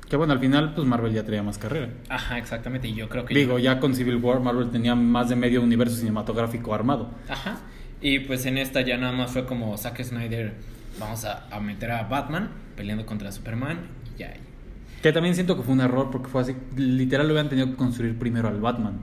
B: Que bueno, al final pues Marvel ya traía más carrera.
C: Ajá, exactamente. Y yo creo que...
B: Digo, ya con Civil War Marvel tenía más de medio universo cinematográfico armado.
C: Ajá. Y pues en esta ya nada más fue como Zack Snyder, vamos a, a meter a Batman peleando contra Superman y ya.
B: Que también siento que fue un error porque fue así, literal lo habían tenido que construir primero al Batman.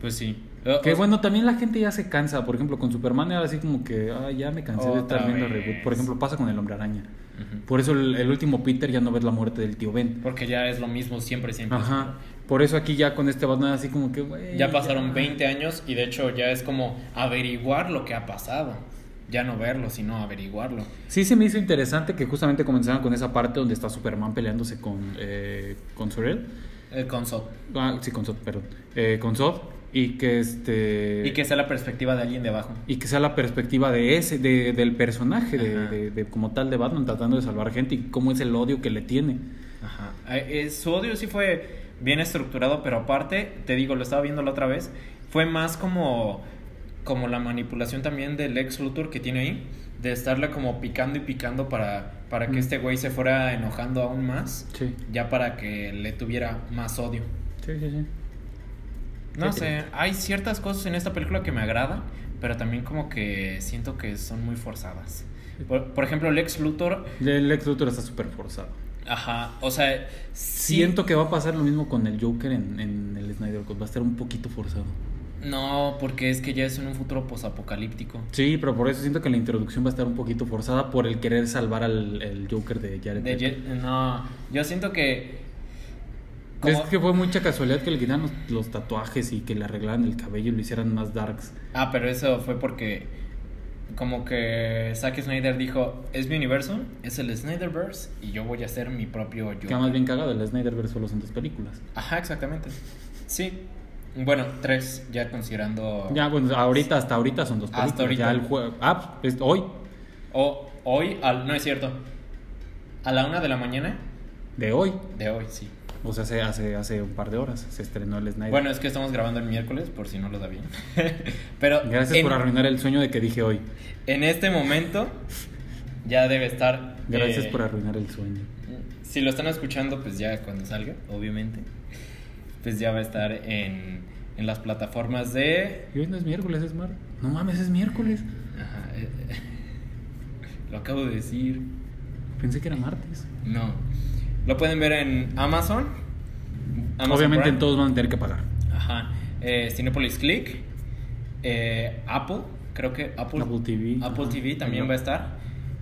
C: Pues sí.
B: Que
C: O-
B: bueno, también la gente ya se cansa, por ejemplo, con Superman era así como que, ah, ya me cansé de
C: Otra
B: estar viendo
C: vez.
B: reboot. Por ejemplo, pasa con el Hombre Araña.
C: Ujú.
B: Por eso el, el último Peter ya no ves la muerte del tío Ben.
C: Porque ya es lo mismo siempre, siempre.
B: Ajá. Por eso aquí ya con este Batman así como que, güey.
C: Ya pasaron 20 años y de hecho ya es como averiguar lo que ha pasado. Ya no verlo, sino averiguarlo.
B: Sí se me hizo interesante que justamente comenzaron con esa parte donde está Superman peleándose con, eh, con Sorel.
C: El console.
B: Ah, sí, con Zod, perdón. Eh, con Zod. Y que este.
C: Y que sea la perspectiva de alguien debajo.
B: y que sea la perspectiva de ese, de- del personaje, de,
C: Ajá.
B: de- de como tal de Batman, tratando de salvar gente y cómo es el odio que le tiene.
C: Ajá. Eh, eh, su odio sí fue bien estructurado, pero aparte, te digo, lo estaba viendo la otra vez, fue más como, como la manipulación también del ex Luthor que tiene ahí, de estarle como picando y picando para, para que
B: Mm.
C: este güey se fuera enojando aún más,
B: Sí,
C: ya para que le tuviera más odio.
B: sí, sí. sí.
C: No
B: Sí,
C: sé, hay ciertas cosas en esta película que me agradan, pero también como que siento que son muy forzadas. Por, por ejemplo, el ex Luthor,
B: El Lex Luthor está súper forzado.
C: ajá, o sea, sí-
B: Siento que va a pasar lo mismo con el Joker en, en el Snyder Cut. Va a estar un poquito forzado.
C: No, porque es que ya es en un futuro posapocalíptico.
B: Sí, pero por eso siento que la introducción va a estar un poquito forzada por el querer salvar al el Joker de Jared
C: De
B: Leto.
C: ye- no, yo siento que.
B: Es
C: como-
B: que fue mucha casualidad que le quitaran los, los tatuajes y que le arreglaran el cabello y lo hicieran más darks.
C: Ah, pero eso fue porque. Como que Zack Snyder dijo: Es mi universo, es el Snyderverse, y yo voy a hacer mi propio yo.
B: Que más bien cagado, el Snyderverse solo son dos películas.
C: Ajá, exactamente. Sí. Bueno, tres, ya considerando.
B: Ya, bueno, ahorita, hasta ahorita son dos películas.
C: Hasta ahorita.
B: Ya el juego. Ah, pues, hoy.
C: O hoy, al- no es cierto. A la una de la mañana
B: De hoy.
C: de hoy, sí.
B: O sea, hace, hace, hace un par de horas se estrenó el Snyder.
C: Bueno, es que estamos grabando el miércoles, por si no lo sabían. pero.
B: Gracias
C: en-
B: por arruinar el sueño de que dije hoy.
C: En este momento ya debe estar.
B: Gracias
C: eh,
B: por arruinar el sueño.
C: Si lo están escuchando, pues ya cuando salga, obviamente. Pues ya va a estar en, en las plataformas de.
B: Y hoy no es miércoles, es martes. No mames, es miércoles.
C: Ajá, eh, eh, lo acabo de decir.
B: Pensé que era martes.
C: No. Lo pueden ver en Amazon. Amazon
B: Obviamente
C: Prime.
B: todos van a tener que pagar.
C: Ajá. Eh, Cinepolis Click. eh, Apple. Creo que Apple,
B: Apple TV,
C: Apple
B: ajá.
C: TV también
B: Ajá.
C: va a estar.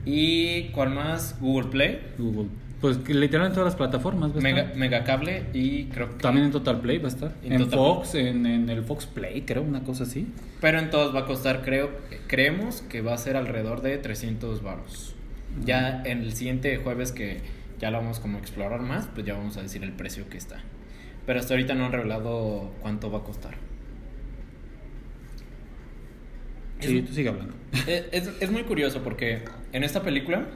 C: ¿Y cuál más? Google Play.
B: Google. Pues que literalmente todas las plataformas. va a estar.
C: Mega, Megacable y creo que.
B: También en Total Play va a estar.
C: En
B: En,
C: Total-
B: Fox, en, en el Fox Play, creo, una cosa así.
C: Pero en todos va a costar, creo, creemos que va a ser alrededor de 300 varos. Ya en el siguiente jueves que ya lo vamos como a explorar más, pues ya vamos a decir el precio que está. Pero hasta ahorita no han revelado cuánto va a costar.
B: Sí, tú sigue hablando.
C: Eh, Es, es muy curioso porque en esta película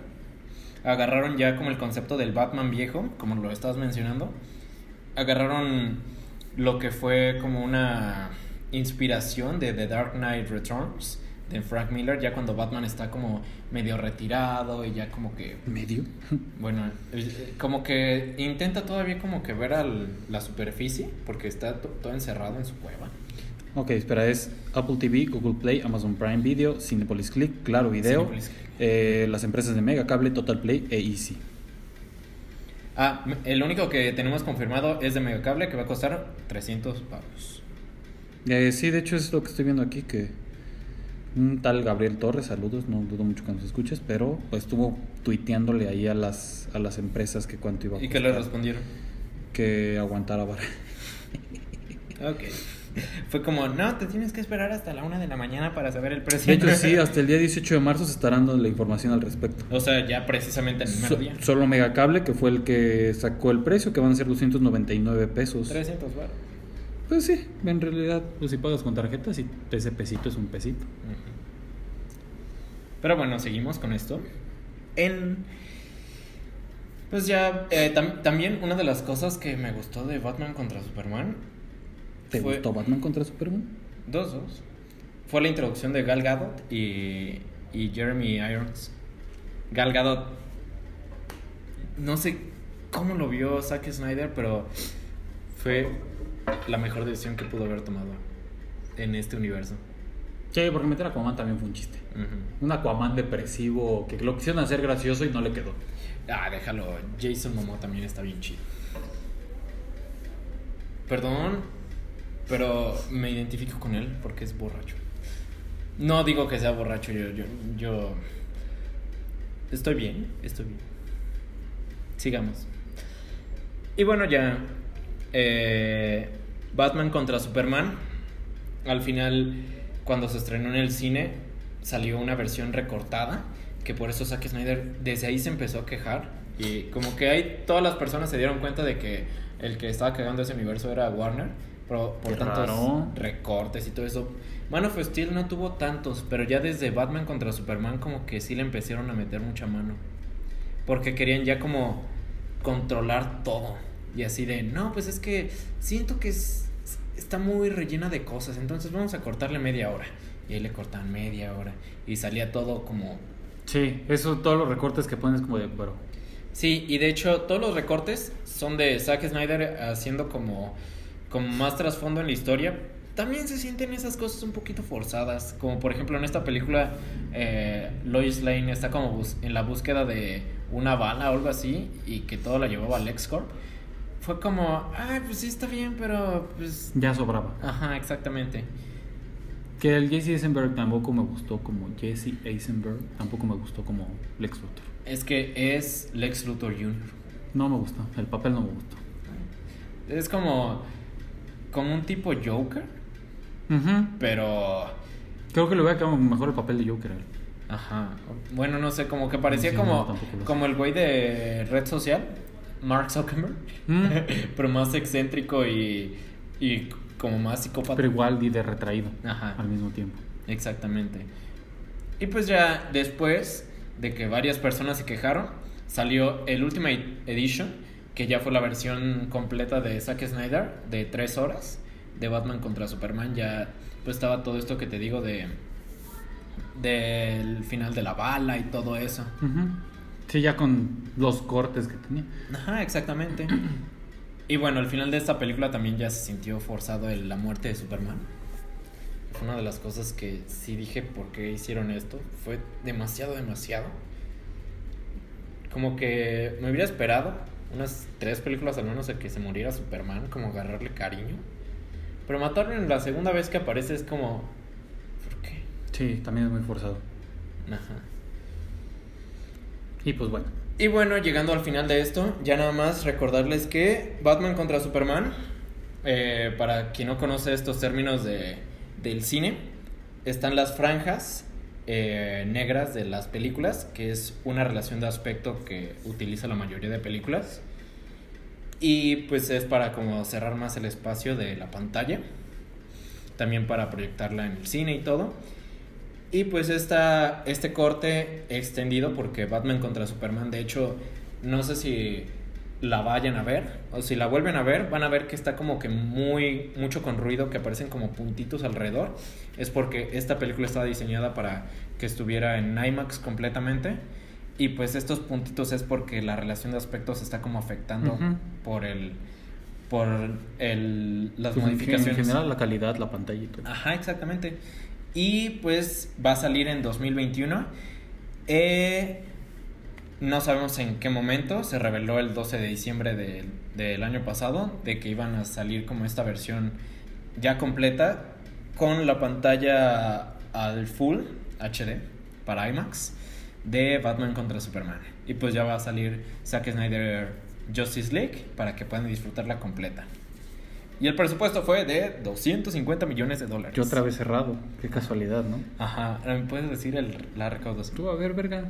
C: agarraron ya como el concepto del Batman viejo, como lo estabas mencionando. Agarraron lo que fue como una inspiración de The Dark Knight Returns, de Frank Miller, ya cuando Batman está como medio retirado y ya como que,
B: ¿Medio?
C: bueno, eh, como que intenta todavía como que ver al, la superficie, porque está to- todo encerrado en su cueva.
B: Ok, espera, es Apple TV, Google Play, Amazon Prime Video, Cinepolis Click, Claro Video,
C: Cinépolis Click.
B: eh, las empresas de Mega Cable, Total Play e Easy.
C: Ah, m- el único que tenemos confirmado es de Megacable, que va a costar 300 pavos.
B: Eh, sí, de hecho es lo que estoy viendo aquí, que un tal Gabriel Torres, saludos, no dudo mucho que nos escuches, pero pues, estuvo tuiteándole ahí a las, a las empresas que cuánto iba a
C: ¿Y que le
B: costar,
C: respondieron?
B: que aguantara vara.
C: Ok. Fue como, no, te tienes que esperar hasta la una de la mañana para saber el precio.
B: De hecho, sí, hasta el día 18 de marzo se estarán dando la información al respecto.
C: O sea, ya precisamente el primer
B: So-
C: día.
B: solo Megacable, que fue el que sacó el precio, que van a ser 299 pesos.
C: 300 baros.
B: Pues sí, en realidad, pues si pagas con tarjeta, si ese pesito es un pesito.
C: Pero bueno, seguimos con esto. En. Pues ya, eh, tam- también una de las cosas que me gustó de Batman contra Superman.
B: ¿Te
C: fue-
B: gustó Batman contra Superman?
C: Dos, dos. Fue la introducción de Gal Gadot y, y Jeremy Irons. Gal Gadot. No sé cómo lo vio Zack Snyder, pero fue la mejor decisión que pudo haber tomado en este universo.
B: Sí, porque meter a Aquaman también fue un chiste.
C: Ujú.
B: Un Aquaman depresivo que lo quisieron hacer gracioso y no le quedó.
C: Ah, déjalo. Jason Momoa también está bien chido. Perdón, pero me identifico con él porque es borracho. No digo que sea borracho, yo, yo, yo- Estoy bien, estoy bien. Sigamos. Y bueno, ya... eh, Batman contra Superman. Al final, cuando se estrenó en el cine, salió una versión recortada, que por eso Zack Snyder desde ahí se empezó a quejar. Y como que ahí todas las personas se dieron cuenta de que el que estaba cagando ese universo era Warner, pero por
B: Qué
C: tantos
B: raro.
C: recortes y todo eso. Man of Steel no tuvo tantos, pero ya desde Batman contra Superman como que sí le empezaron a meter mucha mano. Porque querían ya como controlar todo. Y así de, no, pues es que siento que es- está muy rellena de cosas, entonces vamos a cortarle media hora. Y ahí le cortaban media hora. Y salía todo como...
B: Sí, eso, todos los recortes que pones como de, pero...
C: Sí, y de hecho todos los recortes son de Zack Snyder haciendo como, como más trasfondo en la historia. También se sienten esas cosas un poquito forzadas, como por ejemplo en esta película eh, Lois Lane está como bus- en la búsqueda de una bala o algo así y que todo la llevaba LexCorp. Fue como, ay, pues sí está bien, pero pues...
B: Ya sobraba.
C: Ajá, exactamente.
B: Que el Jesse Eisenberg tampoco me gustó como Jesse Eisenberg, tampoco me gustó como Lex Luthor.
C: Es que es Lex Luthor Jr.
B: No me gustó, el papel no me gustó.
C: Es como, como un tipo Joker,
B: Ujú.
C: pero...
B: Creo que le voy a quedar mejor el papel de Joker. a él.
C: Ajá. Bueno, no sé, como que parecía
B: Sí, no,
C: como,
B: tampoco lo sé.
C: como el güey de red social, Mark Zuckerberg,
B: Mm.
C: pero más excéntrico y, y como más psicópata.
B: Pero igual y de retraído
C: Ajá,
B: al mismo tiempo.
C: exactamente. Y pues ya después de que varias personas se quejaron, salió el Ultimate Edition, que ya fue la versión completa de Zack Snyder, de tres horas, de Batman contra Superman. Ya pues estaba todo esto que te digo de del final de la bala y todo eso.
B: Ujú. Sí, ya con los cortes que tenía.
C: Ajá, exactamente. Y bueno, al final de esta película también ya se sintió forzado el- la muerte de Superman. Fue una de las cosas que sí dije por qué hicieron esto. Fue demasiado, demasiado. Como que me hubiera esperado unas tres películas al menos a que se muriera Superman, como agarrarle cariño. Pero matarlo en la segunda vez que aparece es como... ¿Por qué?
B: Sí, también es muy forzado.
C: Ajá.
B: Y pues bueno.
C: Y bueno, llegando al final de esto, ya nada más recordarles que Batman contra Superman, eh, para quien no conoce estos términos de, del cine, están las franjas eh, negras de las películas, que es una relación de aspecto que utiliza la mayoría de películas. Y pues es para como cerrar más el espacio de la pantalla, también para proyectarla en el cine y todo. Y pues esta, este corte extendido, porque Batman contra Superman, de hecho, no sé si la vayan a ver, o si la vuelven a ver, van a ver que está como que muy, mucho con ruido, que aparecen como puntitos alrededor, es porque esta película estaba diseñada para que estuviera en IMAX completamente, y pues estos puntitos es porque la relación de aspectos está como afectando
B: Ujú.
C: por el, por el, las
B: Pues, en-
C: modificaciones. Ah,
B: En general, la calidad, la pantalla y todo.
C: Ajá, exactamente. Y pues va a salir en 2021. Eh, no sabemos en qué momento. Se reveló el 12 de diciembre del- del año pasado de que iban a salir como esta versión ya completa con la pantalla al full HD para IMAX de Batman contra Superman. Y pues ya va a salir Zack Snyder Justice League para que puedan disfrutarla completa. Y el presupuesto fue de 250 millones de dólares.
B: Yo otra vez cerrado. Qué casualidad, ¿no?
C: Ajá, ¿me puedes decir el, la recaudación?
B: Tú, a ver, verga.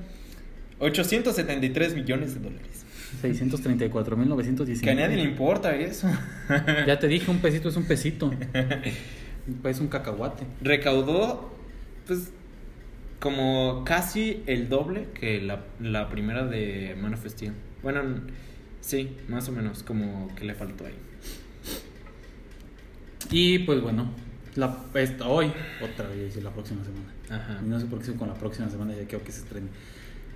C: 873 millones de dólares.
B: 634.919.
C: que a nadie le importa eso.
B: Ya te dije, un pesito es un pesito. Es un cacahuate.
C: Recaudó, pues, como casi el doble que la, la primera de Man of Steel. Bueno, n- sí, más o menos, como que le faltó ahí.
B: Y pues bueno, la, esta- hoy, otra vez, y la próxima semana.
C: Ajá.
B: Y no sé por qué con la próxima semana ya quiero que se estrene.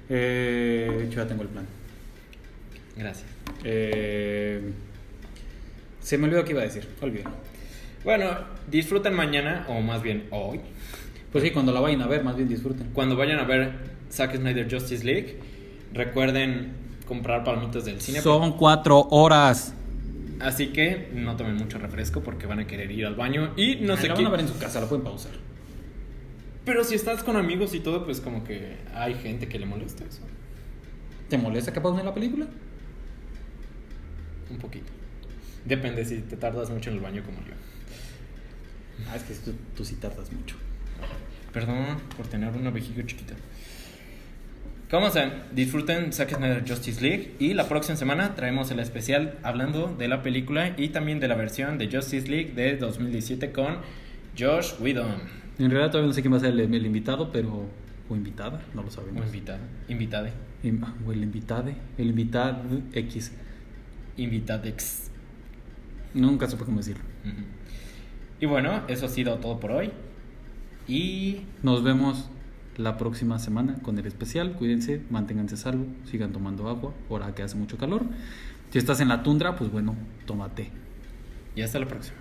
B: Eh, de hecho, ya tengo el plan.
C: Gracias.
B: Eh, se me olvidó que iba a decir. Olvídalo.
C: Bueno, disfruten mañana, o más bien hoy,
B: Pues sí, cuando la vayan a ver, más bien disfruten.
C: Cuando vayan a ver Zack Snyder Justice League, recuerden comprar palmitos del cine.
B: Son cuatro horas.
C: Así que no tomen mucho refresco porque van a querer ir al baño y no
B: No
C: sé
B: la
C: qué.
B: Ah, van a ver en su casa, la pueden pausar.
C: Pero si estás con amigos y todo, pues como que hay gente que le molesta eso.
B: ¿Te molesta que pausen la película?
C: Un poquito. Depende si te tardas mucho en el baño como yo.
B: Ah, es que tú, tú sí tardas mucho.
C: Perdón por tener una vejiga chiquita. ¿Cómo se? Disfruten Zack Snyder Justice League y la próxima semana traemos el especial hablando de la película y también de la versión de Justice League de 2017 con Josh Whedon.
B: En realidad todavía no sé quién va a ser el, el invitado, pero... O invitada, no lo
C: O
B: sabemos.
C: invitado. Invitade.
B: Im- ah, O el invitado, el invitado X.
C: Invitadex.
B: Nunca supe cómo decirlo.
C: Ujú. Y bueno, eso ha sido todo por hoy. Y
B: Nos vemos la próxima semana con el especial. Cuídense, manténganse a salvo, sigan tomando agua, ahora que hace mucho calor. Si estás en la tundra, pues bueno, tómate.
C: y hasta la próxima.